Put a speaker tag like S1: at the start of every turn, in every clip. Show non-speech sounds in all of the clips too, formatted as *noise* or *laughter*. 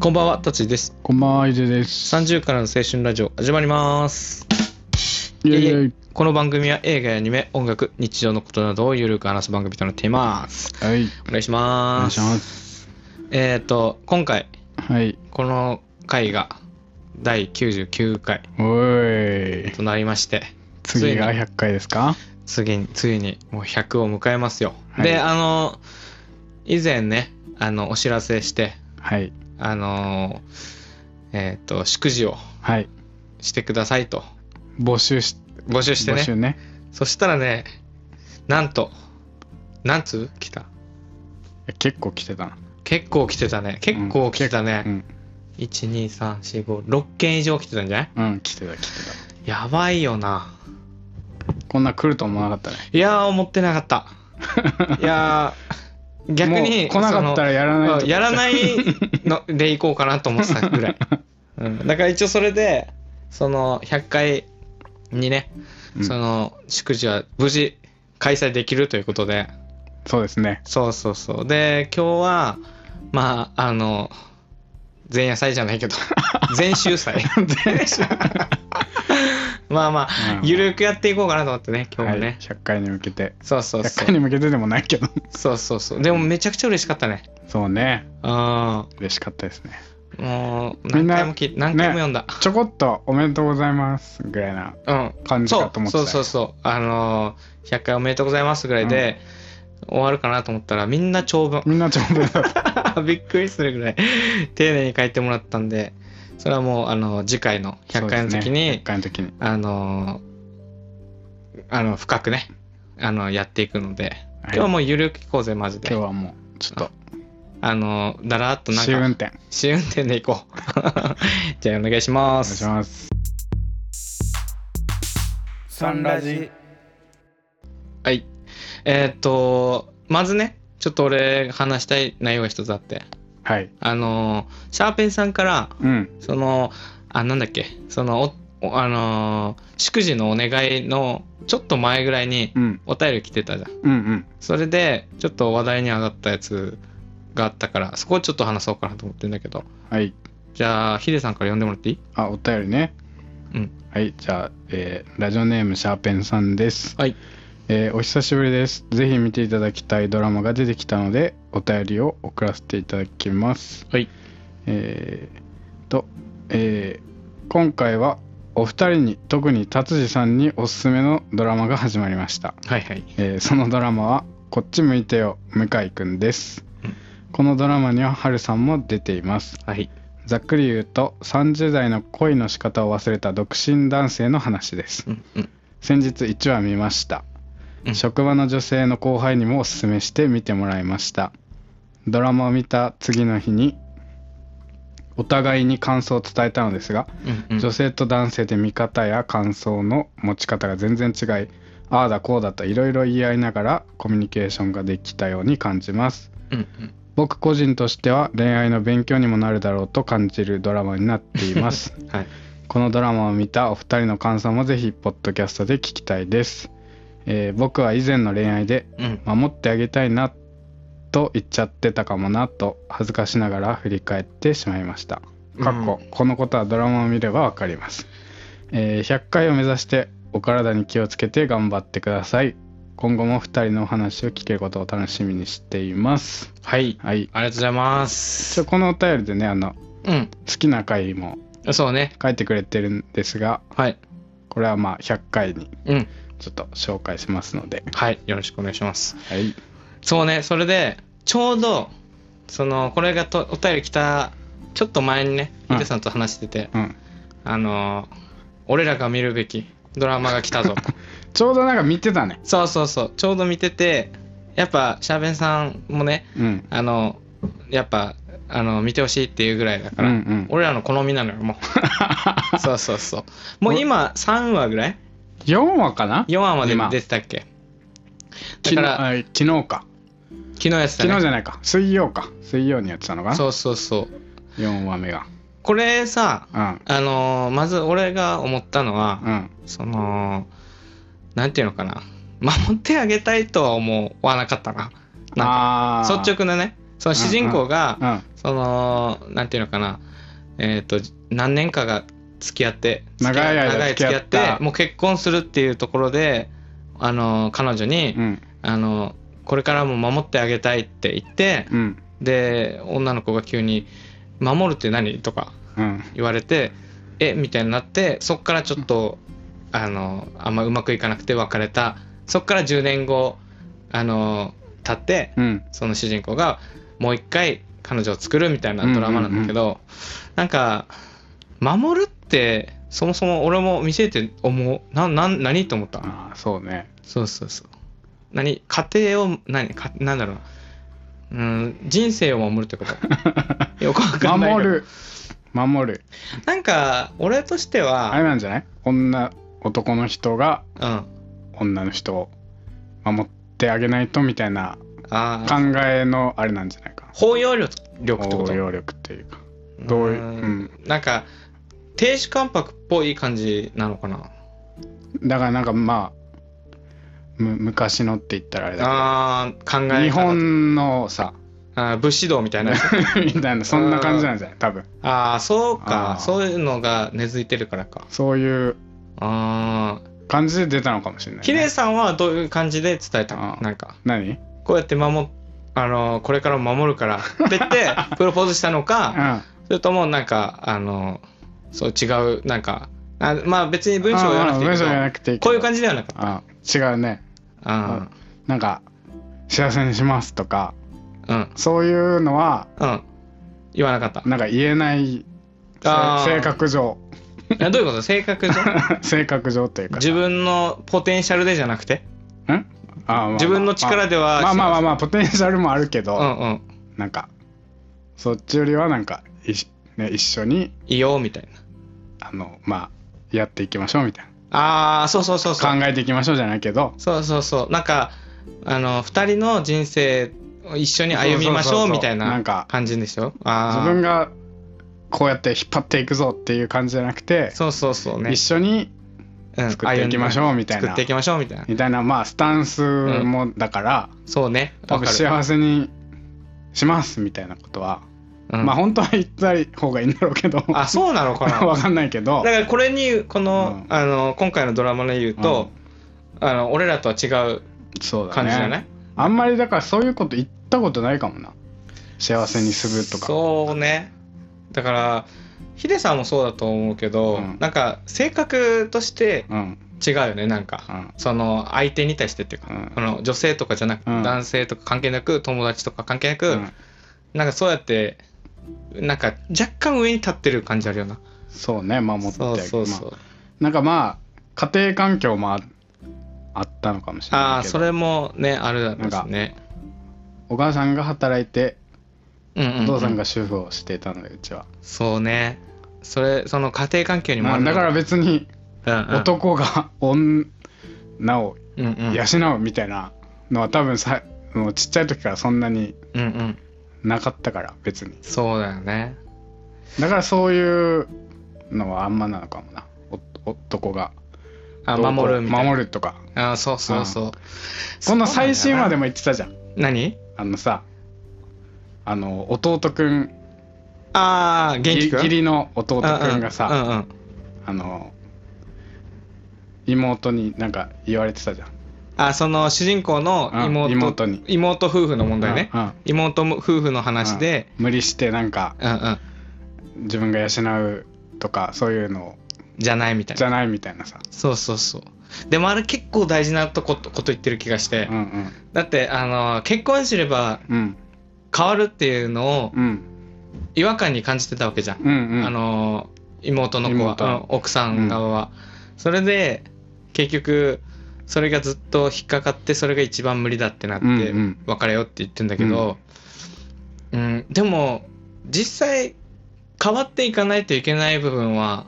S1: こんばんは、たちです。
S2: こんばんは、いでです。
S1: 30からの青春ラジオ、始まります。
S2: いやいや
S1: いやいこの番組は映画やアニメ、音楽、日常のことなどをゆるく話す番組となっています。
S2: はい。
S1: お願いし
S2: お願
S1: ま
S2: いし
S1: す。
S2: ます。
S1: えっ、ー、と、今回、
S2: はい。
S1: この回が第99回
S2: おーい。
S1: となりまして、
S2: 次が
S1: ついに
S2: 100回ですか
S1: 次に、ついにもう100を迎えますよ。
S2: はい
S1: で、あの、以前ね、あの、お知らせして、
S2: はい。
S1: あの、えっ、と、祝辞を
S2: はい。
S1: してくださいと
S2: 募集し、
S1: 募集して
S2: 募
S1: ね。
S2: 集ね。
S1: そしたらね、なんと、何通来た
S2: いや結構来てたな。
S1: 結構来てたね。結構来てたね。
S2: うん。
S1: 1、2、3、4、5、6件以上来てたんじゃない
S2: うん、来てた、来て
S1: やばいよな。
S2: た。こんな来ると思わなかっ
S1: いやー、思ってなかった。
S2: たね。
S1: いや
S2: *laughs*
S1: ー、 *laughs* 逆
S2: もう
S1: に、
S2: 来なかったらやら
S1: その
S2: ない
S1: うん
S2: と。
S1: やらないので行こうかなと思ってたぐら
S2: *laughs*
S1: い。うん、だから一応それで、その、100回にね、
S2: うん
S1: その、祝辞は無事開催できるということで、
S2: そうですね。
S1: そうそうそう。で、今日は、まあ、あの、前夜祭じゃないけ
S2: *laughs*
S1: ど、前週祭。まあまあ、ゆるくやっていこうかなと思ってね、今日
S2: は。
S1: はいね。
S2: 100回に向けて。
S1: そうそうそ
S2: 100回
S1: う。
S2: に向けてでもないけど。
S1: そうそうそう。でもめちゃくちゃ嬉しかったね。
S2: そうね。
S1: うん。も
S2: 嬉しかったですね。
S1: う、何
S2: みんな
S1: 回も聞い何回も読んだ。
S2: ちょこっとおめでとうございます。ぐらいな
S1: うん。
S2: 感じ
S1: そ
S2: か
S1: う
S2: と思っ
S1: そ
S2: てたよ。
S1: うそうそう。あのー、100回おめでとうございますぐらいで、終わるかなと思ったら、みんな長文。
S2: みんなちょうどだった。
S1: びっくりするぐらい丁寧に書いてもらったんでそれはもうあの次回の100回の時
S2: そうです
S1: に、
S2: ね100回の時に。
S1: あのあの深くねあのやっていくので、
S2: はい
S1: 今日はもうゆるくいこうぜマジで
S2: 今日はもうちょっ
S1: あのだらっと
S2: と
S1: なん
S2: 試運
S1: か
S2: 転
S1: 試運転でい
S2: *laughs*
S1: こうじゃあお願いしま
S2: お願い
S1: す
S2: しますサンラジ
S1: はいえーっとまずねちょっと俺話したい内容が一つあって
S2: はい
S1: あのシャーペンさんから
S2: うん
S1: そのあなんだっけそのおおあのー祝辞のお願いのちょっと前ぐらいに
S2: うん
S1: お便り来てたじゃん
S2: うんうん
S1: それでちょっと話題に上がったやつがあったからそこをちょっと話そうかなと思ってんだけど
S2: はい
S1: じゃあヒデさんから呼んでもらっていい
S2: あお便りね
S1: うん
S2: はいじゃあ、えーラジオネームシャーペンさんです
S1: はい
S2: えーお久しぶりですぜひ見ていただきたいドラマが出てきたのでお便りを送らせていただきます
S1: はい
S2: えーと、えー今回はお二人に特に達治さんにおすすめのドラマが始まりました
S1: はいはい
S2: えーそのドラマは「こっち向いてよ向井くん」です
S1: うん
S2: このドラマには春さんも出ています
S1: はい
S2: ざっくり言うと30代の恋の仕方を忘れた独身男性の話です
S1: うんうん
S2: 先日1話見ました、
S1: うん
S2: 職場の女性の後輩にもおすすめして見てもらいましたドラマを見た次の日にお互いに感想を伝えたのですが
S1: うんう
S2: 女
S1: ん
S2: 性と男性で見方や感想の持ち方が全然違いああだこうだといろいろ言い合いながらコミュニケーションができたように感じます
S1: うん
S2: 僕個人としては恋愛の勉強にもなるだろうと感じるドラマになっています
S1: *laughs* うんはい
S2: このドラマを見たお二人の感想もぜひポッドキャストで聞きたいです、えー僕は以前の恋愛で
S1: うん
S2: 守ってあげたいなと言っちゃってたかもなと恥ずかしながら振り返ってしまいましたかっこ、このことはドラマを見ればわかります、えー100回を目指してお体に気をつけて頑張ってください今後も2人のお話を聞けることを楽しみにしています
S1: はい
S2: はい
S1: ありがとうございま
S2: 一
S1: す
S2: 応このお便りでねあの
S1: うん
S2: 好きな回も
S1: そうね
S2: 書いてくれてるんですが
S1: はい
S2: これはまあ100回に
S1: うん
S2: ちょっと紹介しますので
S1: はいよろしくお願いします
S2: はい
S1: そうねそれでちょうどそのこれがとお便り来たちょっと前にね
S2: うん
S1: ヒデさんと話してて、
S2: うん
S1: あのー俺らが見るべきドラマが来たぞ
S2: *laughs* ちょうどなんか見てたね
S1: そうそうそうちょうど見ててやっぱシャーベンさんもね
S2: うん
S1: あのやっぱあの見てほしいっていうぐらいだか
S2: うん
S1: ら、
S2: うん
S1: 俺らの好みなのよも
S2: *laughs*
S1: うそうそうそうもう今3話ぐらい
S2: 4話かな
S1: 4話まで
S2: 今
S1: 出てたっけだ
S2: 昨
S1: か
S2: 日
S1: ら
S2: あ昨日か
S1: 昨日やってた
S2: 昨日
S1: ね
S2: じゃないか水曜か水曜にやってたのかな
S1: そうそうそう
S2: 4話目が
S1: これさ
S2: うん
S1: あのーまず俺が思ったのは、
S2: うん
S1: そのなんていうのかな守ってあげたいとは思わなかったななんか
S2: ああー
S1: 率直なねその主人公が、
S2: うん
S1: その、なんていうのかな、えっ、と、何年かが付き合って、
S2: 長い間
S1: 長い
S2: 付
S1: 付
S2: き
S1: き
S2: 合
S1: 合
S2: っ
S1: ったて、もう結婚するっていうところで、あの、彼女に、
S2: うん
S1: あの、これからも守ってあげたいって言って、
S2: うん
S1: で、女の子が急に、守るって何とか
S2: うん
S1: 言われて、えみたいになって、そっからちょっと、あの、あんまうまくいかなくて別れた。そっから10年後、あの、経って、
S2: うん
S1: その主人公がもう一回彼女を作るみたいなドラマなんだけど、なんか守るってそもそも俺も見せて思うなな何と思った
S2: ああそう
S1: *laughs*
S2: ね
S1: そうそうそう何家庭を何かなんだろううん人生を守るってことよくわかんないけど
S2: 守る守る
S1: なんか俺として
S2: あれ
S1: は
S2: なんじゃない女男の人が
S1: うんあ
S2: 女の人を守ってあげないとみたいな
S1: あ
S2: 考
S1: ー
S2: えのあれなんじゃないか
S1: 包容力力ってこ
S2: 応
S1: と
S2: 用力っていうかどういううん
S1: なんか亭主関白っぽい感じなのかな
S2: だからなんかまあむ昔のって言ったらあれだ
S1: あー考え
S2: け
S1: 方
S2: ど日本のさ *laughs*
S1: あー武士道みたいなやつ
S2: みたいなそんな感じなんじゃない多分
S1: ああそうか
S2: あー
S1: そういうのが根付いてるからか
S2: そういう
S1: ああ
S2: 感じで出たのかもしれないね
S1: ヒデさんはどういう感じで伝えた
S2: あ
S1: の
S2: ー
S1: なんか
S2: 何
S1: こうやって守っあのーこれからも守る
S2: *laughs*
S1: からって言ってプロポーズしたのか
S2: う
S1: それともなんかあのーそう違うなんかあまあ別に
S2: ん
S1: 文章を言わなくていいけ
S2: 文章
S1: ど
S2: じゃなくていいけど
S1: こういう感じではなかった
S2: あ違うね
S1: あ
S2: なんか幸せにしますとか
S1: ーうん
S2: そういうのは
S1: うん言わなかった
S2: なんか言えない
S1: あー
S2: 性格上 *laughs*
S1: い *laughs* やどういうこと性格上
S2: 性格上というかさ
S1: 自分のポテンシャルでじゃなくて
S2: んあーまあ
S1: 自分の力
S2: で
S1: では
S2: まあまあまあまあポテンシャルもあるけど、
S1: うんうん
S2: なんかそっちよりはなんかいし、ね、一緒に
S1: いいよみたいな
S2: あのまあやっていきましょうみたい
S1: ああそうそうそうそう
S2: な考えていきましょうじゃないけど
S1: そうそうそうなんかあの2人の人生を一緒に歩みまし
S2: そうそう
S1: ょ
S2: そう
S1: う
S2: そう
S1: みたい
S2: なん
S1: な
S2: か
S1: 感じでしょあー
S2: 自分がこうやって引っ張っていくぞっていう感じじゃなくて、
S1: そうそうそうね
S2: 一緒に
S1: うん
S2: 作っていきましょうみたいな
S1: 歩んで作っていきましょうみたいな
S2: みたいなまあスタンスもだから、
S1: そうね
S2: 多
S1: わ
S2: 分
S1: かる、
S2: 幸せにしますみたいなことは、
S1: うん
S2: まあ本当は言った方がいいんだろうけど
S1: あそうなのかな
S2: *laughs* わかんないけど
S1: だからこれにこの,、
S2: うん
S1: あの今回のドラマで言うと、あの俺らとは違う
S2: そうだね
S1: 感じじゃない
S2: あんまりだからそういうこと言ったことないかもな幸せにするとか
S1: そうねだからヒデさんもそうだと思うけど、
S2: うん
S1: なんか性格として
S2: うん
S1: 違うよねなんか、
S2: うん
S1: その相手に対してっていうか、
S2: うん
S1: この女性とかじゃなく、
S2: うん
S1: 男性とか関係なく友達とか関係なく、
S2: うん
S1: なんかそうやってなんか若干上に立ってる感じあるよな
S2: そうね守ってあ
S1: そ
S2: げ
S1: う
S2: る
S1: そうそう、
S2: まあなんかまあ家庭環境もああったのかもしれ
S1: あ
S2: な
S1: あ
S2: いけ
S1: そ
S2: ど
S1: れもねあるだろうしね
S2: お母さんが働いて
S1: うんうんう
S2: お父さんが主婦をしていたのでうちは、
S1: そうねそれその家庭環境にも
S2: ま
S1: あ
S2: あ
S1: る
S2: だから別に
S1: ら、うんうん、
S2: 男が女を
S1: うんうん
S2: 養うみたいなのは多分さもうちっちゃい時からそんなに
S1: うんうん
S2: なかったから別に
S1: そうだよね
S2: だからそういうのはあんまなのかもなお男が
S1: あ
S2: どうこう
S1: 守るみたいな
S2: 守るとか
S1: あーそうそうそう
S2: こんな最新話で
S1: も
S2: も言ってたじゃん
S1: 何
S2: あのさあの弟くん
S1: ああ元気
S2: 義
S1: くん
S2: 理の弟くんがさ、
S1: うんうん
S2: あの妹になんか言われてたじゃん
S1: あその主人公の
S2: うん
S1: 妹
S2: 妹に
S1: 妹夫婦の問題ね、
S2: うんうん
S1: 妹も夫婦の話で、
S2: うん無理してなんか
S1: うんうん、
S2: 自分が養うとかそういうの
S1: じゃないみたい
S2: じ
S1: な
S2: ゃないみたいなさ
S1: そうそうそうでもあれ結構大事なとことこと言ってる気がして、
S2: うん
S1: だってあの結婚すれば
S2: うんうん
S1: 変わるっていうのを
S2: うん
S1: 違和感に感じてたわけじゃん、
S2: うんうん
S1: あの妹の子は
S2: 妹
S1: あの奥さん側は、それで結局それがずっと引っかかってそれが一番無理だってなって
S2: うんうん
S1: 別れようって言ってんだけど、うんでも実際変わっていかないといけない部分は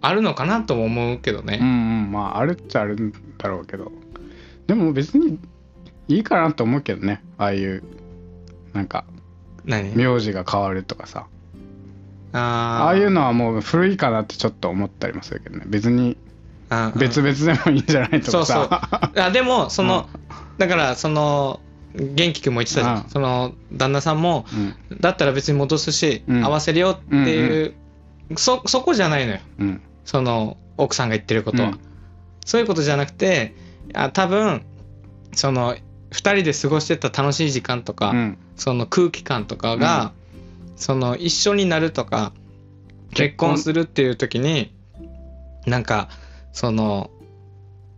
S1: あるのかなとも思うけど
S2: うん
S1: ね、
S2: うんまああるっちゃあるんだろうけどでも別にいいかなと思うけどねああいうなんか
S1: 何
S2: 名字が変わるとかさ
S1: あー
S2: ああいうのはもう古いかなってちょっと思ったりもするけどね別に
S1: あー
S2: 別々でもいいんじゃないと
S1: そ
S2: か
S1: うそう
S2: さ
S1: あでもその、だからその元気くんも言ってたじゃ
S2: あ
S1: んその旦那さんも
S2: うん
S1: だったら別に戻すし、
S2: うん
S1: 合わせるよっていう、そそこじゃないのよ
S2: うん
S1: その奥さんが言ってることは、
S2: うん
S1: そういうことじゃなくてあ多分その2人で過ごしてた楽しい時間とか、
S2: うん
S1: その空気感とかが、その一緒になるとか結
S2: 結婚
S1: 婚するっていう時になんかその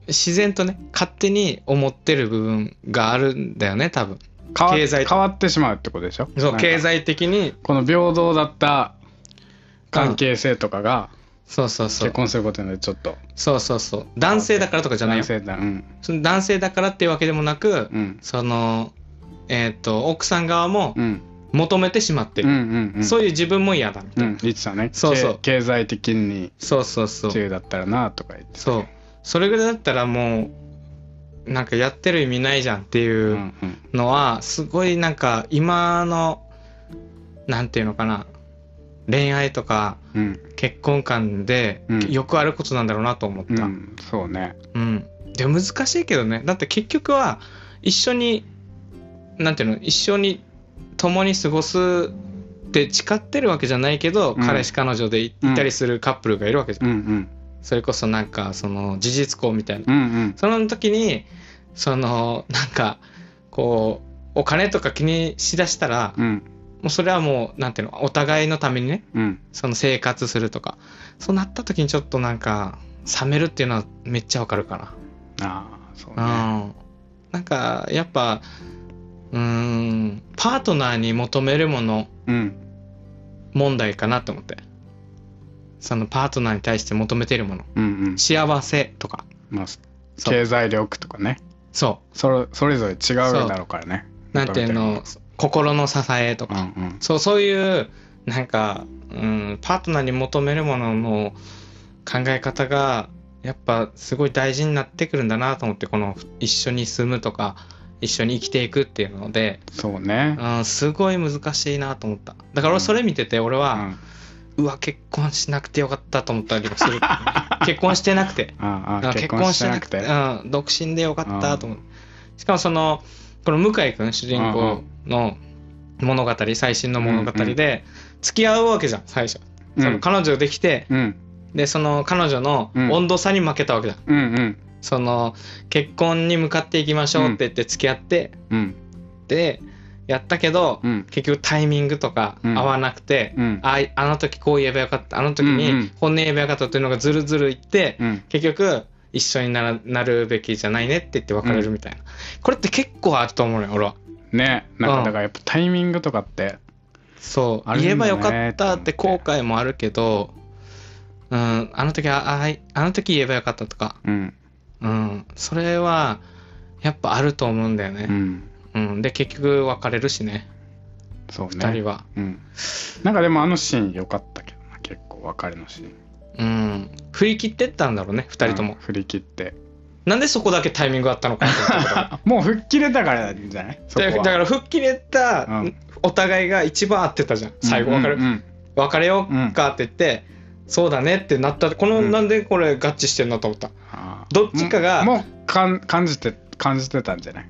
S1: 自然とね勝手に思ってる部分があるんだよね多分
S2: 変わ
S1: 経済
S2: 変わってしまうってことでしょ
S1: そ
S2: な
S1: うん
S2: か
S1: 経済的に
S2: この平等だった関係性とかが
S1: そうそうそ
S2: 結
S1: う
S2: 婚することによってちょっと
S1: そうそうそう男性だからとかじゃないよ
S2: 男性だうん
S1: その男性だからっていうわけでもなく、
S2: うん
S1: そのえっ、と奥さん側も
S2: うん
S1: 求めてしまって
S2: うんう
S1: る、
S2: んうん
S1: そういう自分も嫌だみた
S2: う
S1: いな、
S2: ん言ってたね
S1: そうそう
S2: け経済的に
S1: そうそうそう
S2: 自由だったらなとか言ってた
S1: そうそれぐらいだったらもうなんかやってる意味ないじゃんって
S2: う
S1: いうん
S2: うん
S1: のはすごいなんか今のなんていうのかな恋愛とか
S2: うん
S1: 結婚観で
S2: うん
S1: よくあることなんだろうなと思っ
S2: う
S1: た、うん
S2: んそうね
S1: でも難しいけどねだって結局は一緒になんていうの一緒に共に過ごすって誓ってるわけじゃないけど、
S2: うん
S1: 彼氏彼女でいいたりするカップルがいるわけじゃん、
S2: うんうん
S1: それこそなんかその事実婚みたいな
S2: うんうん
S1: その時にそのなんかこうお金とか気にしだしたら、
S2: うん
S1: もうそれはもうなんていうのお互いのためにね
S2: うん
S1: その生活するとかそうなった時にちょっとなんか冷めるっていうのはめっちゃわかるか
S2: ああそうね
S1: な、うん、なんかやっぱうーんパートナーに求めるもの
S2: うん
S1: 問題かなと思ってそのパートナーに対して求めているもの
S2: うんうん
S1: 幸せとか
S2: まあ
S1: そう
S2: 経済力とかね
S1: そ
S2: それそれぞれ違うだろうからね
S1: うなんていうの心の支えと
S2: う
S1: か
S2: んうん
S1: そうそういうなんか、うん、パートナーに求めるものの考え方がやっぱすごい大事になってくるんだなと思ってこの一緒に住むとか一緒に生きていくっていうので、
S2: そうね
S1: うん、すごい難しいなと思っただから俺それ見てて俺
S2: うん
S1: は、
S2: あ
S1: うわ結婚しなくてよかったと思ったりもす
S2: *laughs*
S1: る結婚してなくて
S2: ああ
S1: あ
S2: あ
S1: 結
S2: 結
S1: 婚
S2: 婚
S1: し
S2: してて
S1: な
S2: な
S1: く
S2: く
S1: て
S2: て
S1: うん、独身でよかったと思うしかもそのこの向井君主人公の物語最新の物語で付き合うわけじゃん最初、
S2: うん
S1: その彼女できて
S2: うん
S1: でその彼女の
S2: うん
S1: 温度差に負けたわけじゃん、
S2: うんうん
S1: その結婚に向かっていきましょうって言って付き合って、
S2: うん
S1: でやったけど、
S2: うん
S1: 結局タイミングとか
S2: う
S1: 合
S2: ん
S1: わなくて、
S2: うん
S1: ああの時こう言えばよかったあの時
S2: うんう
S1: に
S2: ん
S1: 本音言えばよかったっていうのがずるずるいって、
S2: うん
S1: 結局一緒にならなるべきじゃないねって言って別れるみたいな、これって結構あると思うのよ俺は
S2: ねなん
S1: うん
S2: かだからやっぱタイミングとかって
S1: そう、
S2: あるんだ
S1: 言え
S2: ね
S1: ばよかったって後悔もあるけどうんあの時ああはいあの時言えばよかったとか
S2: うん
S1: うんそれはやっぱあると思うんだよ
S2: う
S1: ね、
S2: ん
S1: うんで結局別れるしね
S2: そうね
S1: 2人は、
S2: うんなんかでもあのシーン良かったけどな結構別れのシーン
S1: うん振り切ってったんだろうね2人と
S2: うん
S1: も、
S2: 振り切って
S1: なんでそこだけタイミングあったのかってことだ
S2: あもう吹っ切れたからじゃない *laughs* そこ
S1: だ
S2: は
S1: から吹っ切れた
S2: うん
S1: お互いが一番合ってたじゃん最後分かる、
S2: うんうん
S1: 別れようかって言って、そうだねってなったこの、
S2: うん
S1: なんでこれ合致してんなと思った
S2: あー
S1: どっちかが
S2: もうもうかん感じて感じてたんじゃない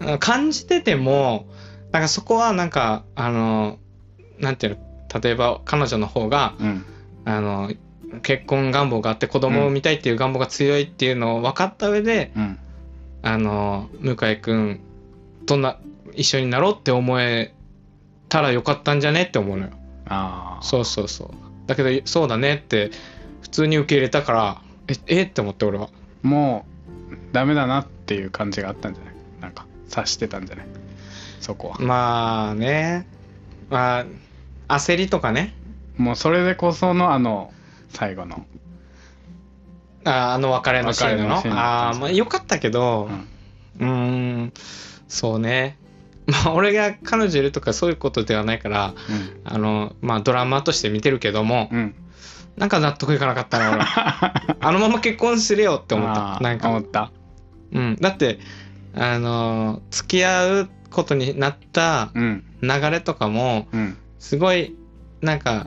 S1: うん感じててもなんかそこはなんかあのなんていうの例えば彼女の方が
S2: うん
S1: あの結婚願望があって子供を産みたいっていう願望が強いっていうのを分かった上で、
S2: うん
S1: あの向井君とな一緒になろうって思えたらよかったんじゃねって思うのよ。
S2: ああ
S1: そうそうそうだけどそうだねって普通に受け入れたからええって思って俺は
S2: もうダメだなっていう感じがあったんじゃないなんか察してたんじゃないそこは
S1: まあねまあ焦りとかね
S2: もうそれでこそのあの最後の
S1: ああの別れのシーンなの
S2: 別れのシーン
S1: ああまあよかったけどうーんそうねまあ俺が彼女いるとかそういうことではないからあのまあドラマとして見てるけども
S2: うんうん
S1: なんか納得いかなかったな俺あのまま結婚するよって思った
S2: あー
S1: なんか
S2: 思った
S1: うん、だってあの付き合うことになった
S2: うん
S1: 流れとかも
S2: うん
S1: すごいなんか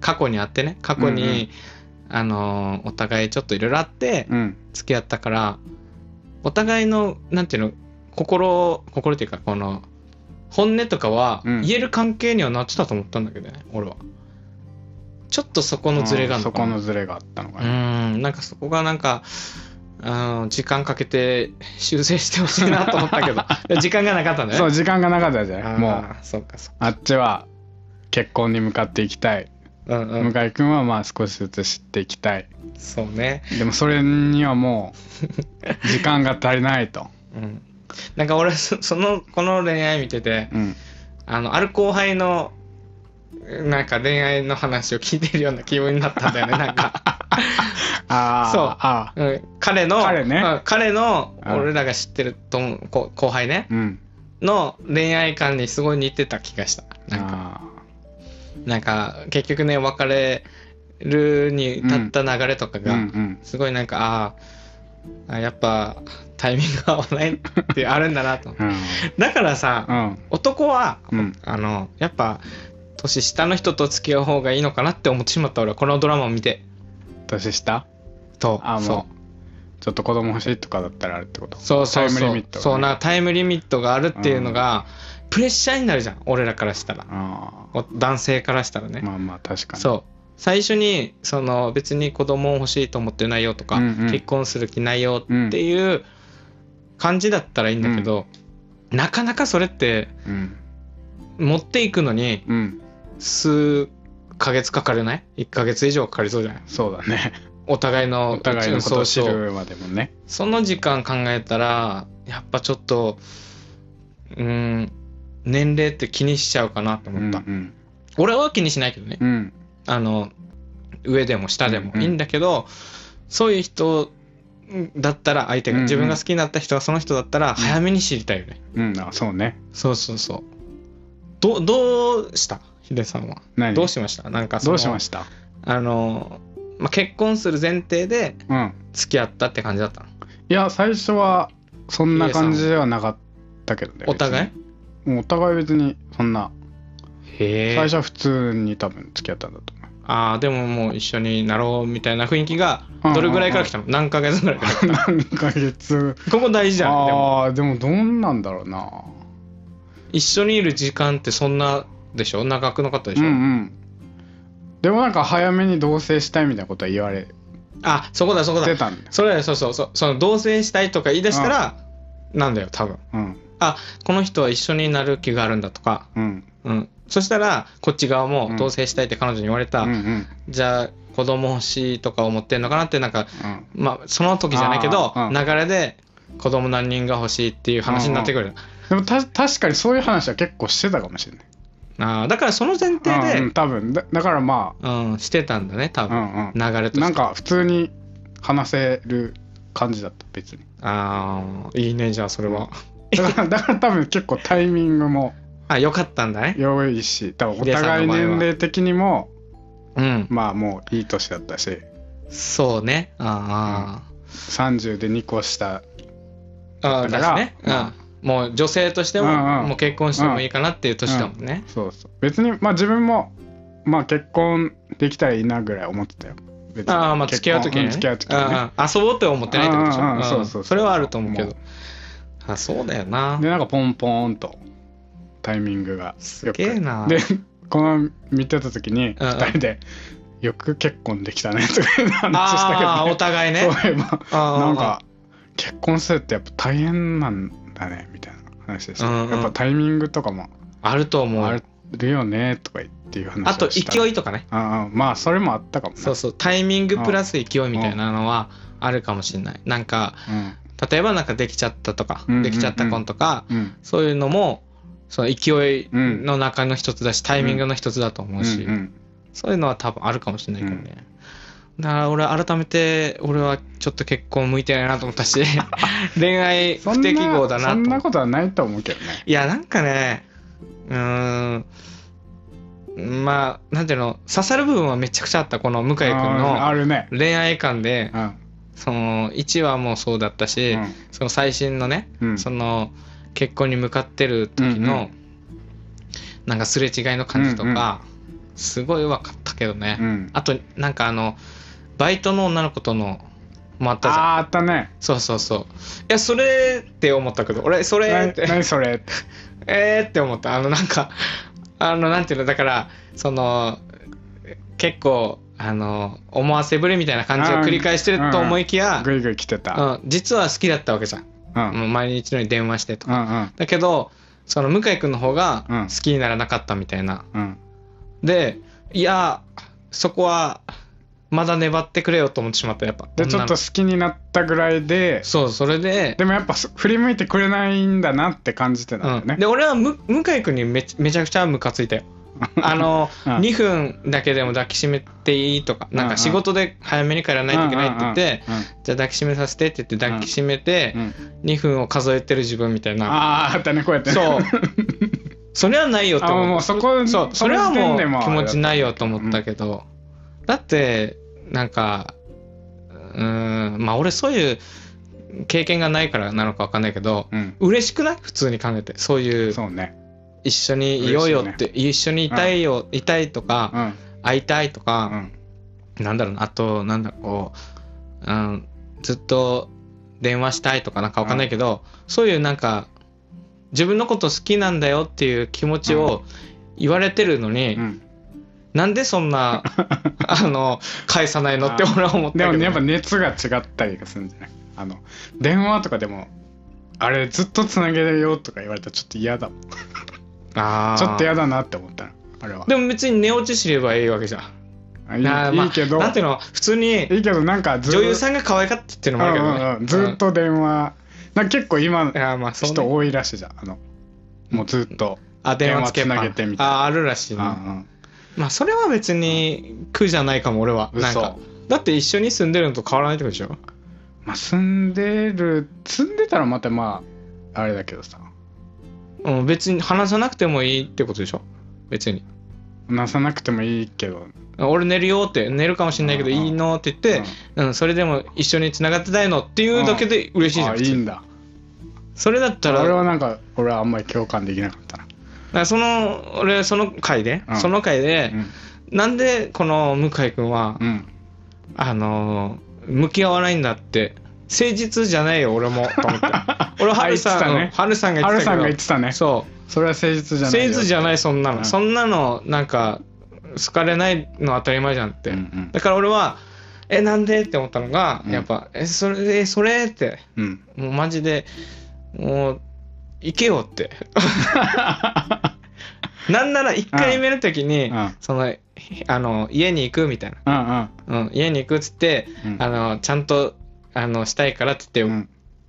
S1: 過去にあってね過去
S2: うん
S1: に、あのお互いちょっといろいろあって
S2: うん
S1: 付き合ったからお互いのなんていうの心心っていうかこの本音とかは
S2: うん
S1: 言える関係にはなってたと思ったんだけどね、俺はちょっとそこのズレがあ
S2: う
S1: る
S2: んそ
S1: のか
S2: こ
S1: な
S2: のズレがあったのか
S1: う
S2: な、
S1: んなんかそこがなんかうん時間かけて修正してほしいなと思った
S2: *laughs*
S1: けどでも時間がなかったんだよ
S2: そう
S1: ね
S2: 時間がなかったじゃ
S1: あ
S2: ん
S1: ー
S2: もう
S1: そうかそう
S2: あっちは結婚に向かっていきたい、
S1: かうんうん
S2: 向井君はまあ少しずつ知っていきたい
S1: そうね
S2: でもそれにはもう時間が足りないと、
S1: うんなんか俺そそのこの恋愛見てて
S2: うん、
S1: あのある後輩のなんか恋愛の話を聞いてるような気分になったんだよね
S2: *laughs*
S1: なんか
S2: あー
S1: そう
S2: あ
S1: うん彼の
S2: 彼ね
S1: うん彼の
S2: うん
S1: 俺らが知ってると思うこ後輩ね
S2: ーうん
S1: の恋愛観にすごい似てた気がしたなんか
S2: あ
S1: なんか結局ね別れるに至った流れとか
S2: ーう
S1: が、
S2: んうん
S1: すごいなんかあーあやっぱタイミングが合わないってあるんだな
S2: *laughs*
S1: と
S2: うん
S1: だからさ、
S2: うん
S1: 男は
S2: うん
S1: あのやっぱ年下の人と付き合う方がいいのかなって思ってしまった俺はこのドラマを見て
S2: 年下
S1: と
S2: あー
S1: そう
S2: もうちょっと子供欲しいとかだったらあれってこと
S1: そうそう
S2: タイム
S1: そ
S2: リ
S1: う
S2: ミットがね
S1: そうなタイムリミットがあるっていうのがプレッシャーになるじゃん俺らからしたら
S2: あ
S1: お男性からしたら
S2: ー
S1: ね
S2: まあまあ確かに
S1: そう最初にその別に子供欲しいと思ってないよとか、
S2: うんうん
S1: 結婚する気ないよっていう感じだったらいいんだけど、なかなかそれって
S2: うん
S1: 持っていくのに
S2: うん
S1: 数ヶ月かかれない ?1 ヶ月以上かかりそうじゃない
S2: そうだね
S1: お互いの
S2: お互いのことを知
S1: そうそう
S2: るまでもね
S1: その時間考えたらやっぱちょっとうん年齢って気にしちゃうかなと思った、
S2: うんうん
S1: 俺は気にしないけどね、
S2: うん
S1: あの上でも下でも
S2: うんうん
S1: いいんだけど、そういう人だったら相手
S2: うんう
S1: が
S2: ん
S1: 自分が好きになった人はその人だったら早めに知りたいよね、
S2: うんあそうね
S1: そうそうそうどどうしたヒデさんは
S2: 何
S1: どうしましたなんかそ
S2: ど
S1: の
S2: うしました
S1: あの、まあ、結婚する前提で
S2: うん
S1: 付き合ったって感じだったの
S2: いや最初はそんな感じではなかったけどね
S1: お互い
S2: 別にもうお互い別にそんな
S1: へ
S2: 最初は普通に多分付き合ったんだと思
S1: ああでももう一緒になろうみたいな雰囲気が
S2: うんうんうん
S1: どれぐらいから来たの何ヶ月ぐらいから
S2: う *laughs* 何ヶ月
S1: ここ大事じゃんでも
S2: ああでもどんなんだろうな
S1: 一緒にいる時間ってそんなでしょ長くなかったで
S2: う
S1: し
S2: ん
S1: ょ、
S2: うんでもなんか早めに同棲したいみたいなことは言われ
S1: あそこだそこ
S2: て
S1: だ
S2: たんだよ、
S1: それだよそうそうそうその同棲したいとか言い出したらなんだよ多分
S2: うん
S1: あこの人は一緒になる気があるんだとか
S2: うん、
S1: うんそしたらこっち側も
S2: うん
S1: 同棲したいって彼女に言われた、
S2: うんうん
S1: じゃあ子供欲しいとか思ってんのかなってなんか
S2: うん
S1: まあその時じゃないけど、
S2: あーうん
S1: 流れで子供何人が欲しいっていう話になってくる、
S2: でもた確かにそういう話は結構してたかもしれない
S1: ああだからその前提
S2: うんう
S1: で
S2: ん、多分だだからま
S1: うんしてたんだね多
S2: あ、う
S1: 分、
S2: んうん、
S1: 流れとして
S2: なんか普通に話せる感じだった
S1: *laughs*
S2: 別に
S1: ああいいねじゃあそれは、
S2: だからだから多分結構タイミングも
S1: あよかったんだね
S2: 良いし多分お
S1: ヒデさ
S2: 互
S1: ん
S2: い
S1: の場合は
S2: 年齢的にも
S1: うん
S2: まあもういい年だったし
S1: そうねあ
S2: 30で2個下
S1: ー、ああ
S2: だ
S1: だ
S2: か
S1: し
S2: ら
S1: ね、うんもう女性としても、
S2: うんうん
S1: もう結婚してもいいかなっていう年だもんね、
S2: そうそう別にまあ自分もまあ結婚できたらいいなぐらい思ってたよ別に
S1: ああまあ
S2: 結
S1: 付き合う時に、ね
S2: ん付き合う時にね
S1: うんうん遊ぼうって思ってないってことでしょ、
S2: うんうんうん
S1: ん
S2: そうそうそう
S1: れはあると思うけ
S2: も
S1: どあそうだよな
S2: でなんかポンポンとタイミングが
S1: すげえな
S2: でこの見てた時
S1: うん
S2: に
S1: うん
S2: 2人で「よく結婚できたね」とかいう話した
S1: ああ
S2: け
S1: お
S2: ど、
S1: 互い
S2: ね、
S1: ね
S2: そういえばな
S1: なん
S2: か結婚するってやっぱ大変なんだねみたいな話でした、
S1: うんうん
S2: やっぱタイミングとかも
S1: あると思う
S2: あるよねとか言っていう話
S1: あと
S2: をした
S1: 勢いとかね
S2: ああまあそれもあったかもね
S1: そうそうタイミングプラス勢いみたいなのはあるかもしれないなんか
S2: うん
S1: 例えばなんかできちゃったとか、
S2: うんうんうん
S1: できちゃった婚とか
S2: うん
S1: そういうのもその勢いの中の一つだし、タイミングの一つだと思うし、
S2: うんうん
S1: そういうのは多分あるかもしれないけどね、だから俺改めて俺はちょっと結婚向いてないなと思ったし *laughs* 恋愛
S2: そん
S1: 不適合だなと
S2: そん
S1: 思
S2: な
S1: った
S2: ことはないと思うけどね
S1: いやなんかねうーんまあなんていうの刺さる部分はめちゃくちゃあったこの向井君
S2: ああ
S1: の
S2: るね
S1: 恋愛観で
S2: うん
S1: その1話もそうだったし、その最新のね、
S2: うんうん
S1: その結婚に向かってる時の、
S2: うんうん
S1: なんかすれ違いの感じとか、すごい分かったけどね、
S2: うん
S1: あとなんかあのバイトの女の子とのもあったじゃん
S2: あーあったね
S1: そうそうそういやそれって思ったけど俺それ
S2: な
S1: って
S2: 何それ
S1: えーって思ったあのなんかあのなんていうのだからその結構あの思わせぶりみたいな感じを繰り返してると思いきや、
S2: グイグイ来て
S1: う
S2: た
S1: ん、実は好きだったわけじゃん、
S2: うんうん
S1: もう毎日のように電話してとか
S2: うん
S1: だけどその向井君の方が
S2: うん
S1: 好きにならなかったみたいな、
S2: うん
S1: でいやそこはまだ粘ってくれよと思ってしまったやっぱ
S2: でちょっと
S1: 女の
S2: 好きになったぐらいで
S1: そうそれで
S2: でもやっぱそ振り向いてくれないんだなって感じてたんだよ
S1: う
S2: ね
S1: ん、で俺はむ向井君にめちめちゃくちゃムカついたよあの、
S2: うん
S1: 2分だけでも抱きしめていいとかなん
S2: うん
S1: か
S2: うん
S1: 仕事で早めに帰らないといけないって言って、
S2: うんうんうん
S1: じゃあ抱きしめさせてって言って抱きしめて
S2: うん
S1: 2分を数えてる自分みたいな、
S2: あああったねこうやってね
S1: そうそれはないよと
S2: あもう
S1: 思
S2: も
S1: っ
S2: うそこ
S1: たそうそれは
S2: の時
S1: も
S2: 点
S1: う
S2: であ
S1: 気持ち
S2: れだ
S1: ないよと思ったけど、だってなんかうーんまあ俺そういう経験がないからなのかわかんないけど
S2: うん
S1: 嬉しくない普通に考えてそういう
S2: そうね
S1: 一緒にいようよって、一緒にいたいよ、いたいとか、
S2: うん
S1: 会いたいと
S2: う
S1: か、
S2: ん
S1: なんだろうなあとなんだろうこう、うん、ずっと電話したいとかなんかわかんないけど、そういうなんか自分のこと好きなんだよっていう気持ちを言われてるのに、
S2: うん
S1: なんでそん
S2: *laughs*
S1: なあの返さないのって俺は思ったけ
S2: で
S1: ど
S2: も
S1: ね、
S2: やっぱ熱が違ったりするんじゃないあの電話とかでもあれずっとつなげるよとか言われたらちょっと嫌だもんち
S1: あー
S2: ょっと嫌だなって思ったのあれは
S1: でも別に寝落ちすればいいわけじゃん
S2: あいい
S1: なあまあ
S2: いいけど
S1: なんていうの普通に
S2: いいけどなんかず
S1: 女優
S2: ん
S1: さんが可愛かったっていうのもあるけどね、
S2: ずっと電話なんか結構今の
S1: いやまあそうね
S2: 人多いらしいじゃんあのもうずっと
S1: あ電話つけっぱ
S2: 電話つなげてみたい
S1: ああるらしいな、
S2: うん
S1: まあそれは別に苦じゃないかも俺は
S2: うん
S1: なんか
S2: 嘘
S1: だって一緒に住んでるのと変わらないってことでしょ
S2: まあ住んでる住んでたらまたまああれだけどさ
S1: うん別に話さなくてもいいってことでしょ別に
S2: なさなくてもいいけど
S1: 俺寝るよって寝るかもしれないけど
S2: うんうん
S1: いいのって言って、うんそれでも一緒に繋がってたいのっていうだけで嬉しいじゃ
S2: あ
S1: ん
S2: い
S1: 普通
S2: いんだ
S1: それだったら
S2: 俺はなんか俺はあんまり共感できなかったな
S1: だからその俺その回で、
S2: うん
S1: その回で、なんでこの向井君は、
S2: うん、うん、
S1: あのー向き合わないんだって誠実じゃないよ俺もと思って
S2: *laughs*
S1: 俺は春さん
S2: あ言ってたね
S1: うん春さんが言
S2: ハ
S1: って
S2: ル
S1: た
S2: さ
S1: け
S2: ん
S1: ど
S2: が言ってたねそ
S1: そう
S2: れは誠実じゃない
S1: 誠実じ
S2: ゃ
S1: ゃないそんなの、
S2: うん
S1: そんなのなんか好かれないの当たり前じゃんって、
S2: うん
S1: だから俺はえなんでって思ったのが、
S2: うん
S1: やっぱえそれえそれって
S2: うん、うん、
S1: もうマジでもう行けよって *laughs* なんなら1回目の時に、
S2: うんうん
S1: そのあの家に行くみたいな、
S2: うんうん
S1: うん、家に行くっつって
S2: うん
S1: あのちゃんとあのしたいからって言
S2: う
S1: っ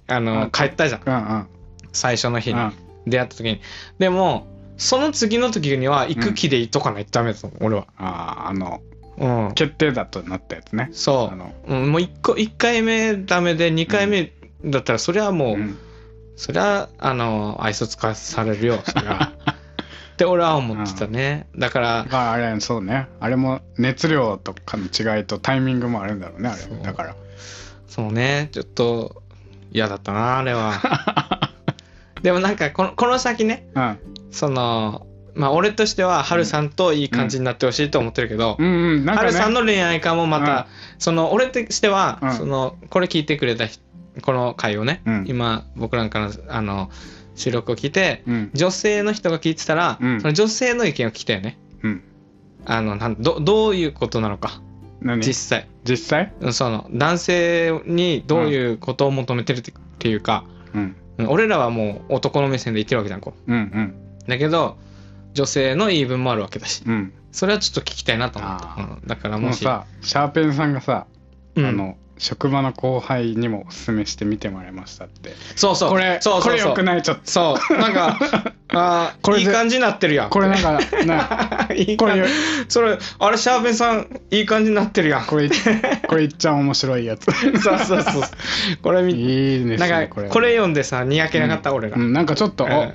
S1: て、
S2: ん
S1: あ
S2: う
S1: の
S2: ん
S1: 帰ったじゃん
S2: うんうん
S1: 最初の日に
S2: うん
S1: 出会った時にでもその次の時には行く気でいとかないとダメだと思う俺は
S2: あーあの
S1: うん
S2: 決定だとなったやつね
S1: そ
S2: あの
S1: ううんもう 1, 個一回目ダメで2回目だったらそれはもう、
S2: うん
S1: それはあの愛想つかされるよそれ
S2: *laughs*
S1: はって俺は思ってたねだから
S2: だからあれそうねあれも熱量とかの違いとタイミングもあるんだろうねあ
S1: そ
S2: れ
S1: う
S2: だから
S1: そうねちょっと嫌だったなあれは
S2: *laughs*
S1: でもなんかこのこの先ね
S2: うん
S1: そのまあ俺としてはハルさんといい感じになってほしいと思ってるけど、
S2: うんうんなん
S1: ハ
S2: か
S1: ル
S2: ね
S1: さんの恋愛観もまた、その俺としては、
S2: うん
S1: そのこれ聞いてくれた人この回をね、
S2: うん
S1: 今僕なんかのあの収録を聞いて、
S2: うん
S1: 女性の人が聞いてたら、
S2: うん
S1: その女性の意見を聞きたよね
S2: うん
S1: あのなんどどういうことなのか
S2: 何
S1: 実際
S2: 実際
S1: うんその男性にどういうことを求めてるってっていうか、
S2: うん
S1: うん俺らはもう男の目線で言ってるわけじゃんこう
S2: うんうん
S1: だけど女性の言い分もあるわけだし
S2: うん
S1: それはちょっと聞きたいなと思った、
S2: あ
S1: うんだから
S2: も
S1: も
S2: う
S1: し
S2: さシャーペンさんがさ
S1: うん
S2: あの職場の後輩にもおすすめして見てもらいましたって
S1: そうそう
S2: これ
S1: そう
S2: こ
S1: そう
S2: れ
S1: そ
S2: よ
S1: う
S2: くないちょっと
S1: そうなんかあ
S2: *laughs*
S1: こ
S2: これ
S1: れ *laughs*
S2: で
S1: いい感じになってるやん
S2: これなんかな
S1: いい
S2: こ
S1: 感
S2: れ
S1: じそれあれシャーペンさんいい感じになってるやん
S2: これこれいっちゃ面白い
S1: *laughs*
S2: やつ
S1: そうそうそうこれ見
S2: いいです
S1: な
S2: ね
S1: んかこれ読んでさにやけなかった、俺ら、
S2: う
S1: うん
S2: んなんかちょっとお
S1: うん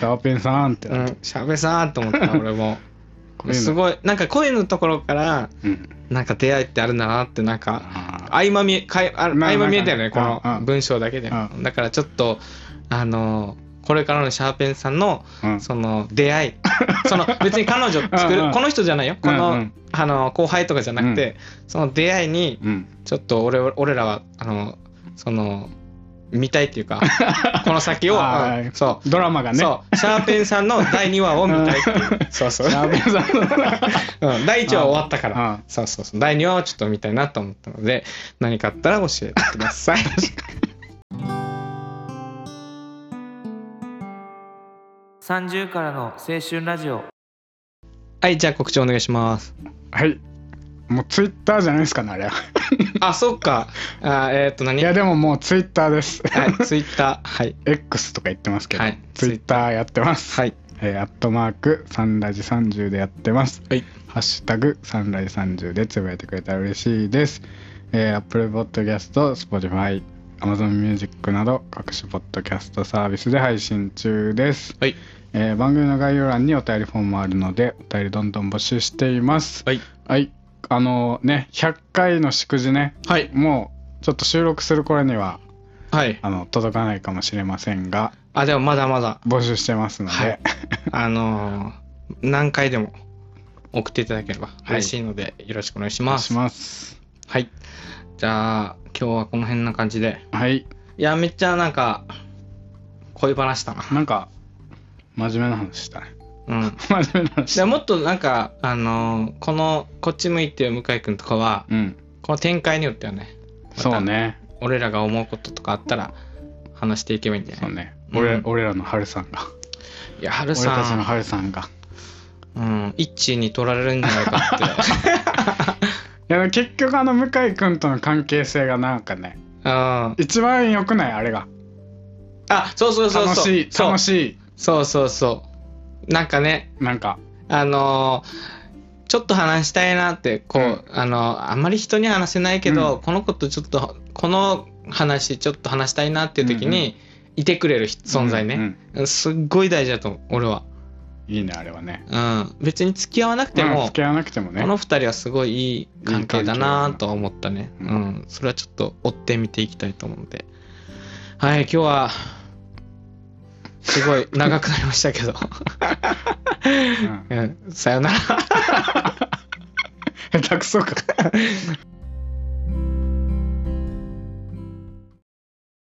S2: シャーペンさんってなって
S1: シャーペンさんと思
S2: *laughs*
S1: った俺も
S2: こういうの
S1: すごいなんか声のところから
S2: うん
S1: なんか出会いってあるんだなってなんか
S2: あ
S1: 合間見えかいあ
S2: まあ
S1: 合間見えたよね
S2: な
S1: こ
S2: んかね
S1: の
S2: うん
S1: 文章だけで
S2: う
S1: だからちょっとあのーこれからのシャーペンさんの
S2: うん
S1: その出会
S2: *laughs*
S1: いその別に彼女作
S2: うんう
S1: る
S2: ん
S1: この人じゃないよこの,、
S2: うんうん
S1: あの後輩とかじゃなくて、その出会いに
S2: うん
S1: ちょっと俺俺らはあのその見たいっていう
S2: *laughs*
S1: かこの先を
S2: はい
S1: うんそ
S2: ドラマが
S1: う、
S2: ね
S1: そうシャーペンさんの第2話を見たいっていう *laughs* そうそう、
S2: シャーペンさ
S1: *laughs*
S2: んの
S1: うん、第1話終わったから
S2: あ
S1: そうそうそう第2話をちょっと見たいなと思ったので何かあったら教えてください
S3: 30からの青春ラジオ
S1: はいじゃあ告知お願いします
S2: はいもうツイッターじゃないですかねあれは
S1: あ、そっか。あえっ、と何、
S2: いやでももうツイッターです
S1: はい、ツイッター。はい。
S2: *laughs* X とか言ってますけど、
S1: はい
S2: ツイッターやってます、
S1: はい。
S2: えーアットマークサンラジ30でやってます、
S1: はい
S2: ハッシュタグサンラジ30でつぶやいてくれたら嬉しいです、えー、Apple Podcast、Spotify、Amazon Music など各種ポッドキャストサービスで配信中です、
S1: はい
S2: えー番組の概要欄にお便りフォームもあるのでお便りどんどん募集しています
S1: はい。
S2: はいあのね100回の祝辞ね
S1: はい。
S2: もうちょっと収録する頃には
S1: はい。
S2: あの届かないかもしれませんが
S1: あ、でもまだまだ、
S2: 募集してますので、
S1: はいあのー何回でも送っていただければ
S2: はい
S1: 嬉しいので、よろしくお願いし
S2: お願
S1: ま
S2: い
S1: す。
S2: します
S1: はい。じゃあ、今日はこの辺な感じで。
S2: はい
S1: いや、めっちゃなんか、恋話だな。
S2: なんか真面目な話したね *laughs*
S1: うん。
S2: 真面目な話
S1: でもっとなんか、あのーこの、こっち向いてよ向井くんとかは、
S2: うん
S1: この展開によってはね、
S2: そうね
S1: 俺らが思うこととかあったら、話していけばいいんじゃ
S2: そ
S1: な
S2: う
S1: い
S2: ね、
S1: うん
S2: 俺俺らの春さんが
S1: いや、春
S2: 俺
S1: さん。
S2: たちの春さんが
S1: うん、一に取られるんじゃないかって。
S2: *laughs* いやでも結局あの向井君との関係性がなんかね
S1: うん、
S2: 一番良くないあれが
S1: あ、そうそうそうそう。
S2: 楽しい
S1: そう
S2: 楽し
S1: そうそうそう。なんかね、
S2: いなんか
S1: あのーちょっと話したいなって、こう、
S2: うん
S1: あのーあんまり人には話せないけど、
S2: う
S1: この子とちょっと、この話ちょっと話したいなっていう時に、いてくれる人存在
S2: うんう
S1: ね、
S2: ん
S1: すっごい大事だと思う、俺は。
S2: いいねあれはね
S1: うん。別に付き合わなくて
S2: うん
S1: も、
S2: 付き合わなくてもね
S1: この二人はすごいいい関係だ
S2: いい関係だ
S1: な
S2: な
S1: とは思ったね、
S2: う
S1: うんん。それはちょっと追ってみていきたいと思うので。はい、今日は、すごい長くなりましたけど。
S2: うん
S1: 嗯うん、さよなら。
S2: 下手くそか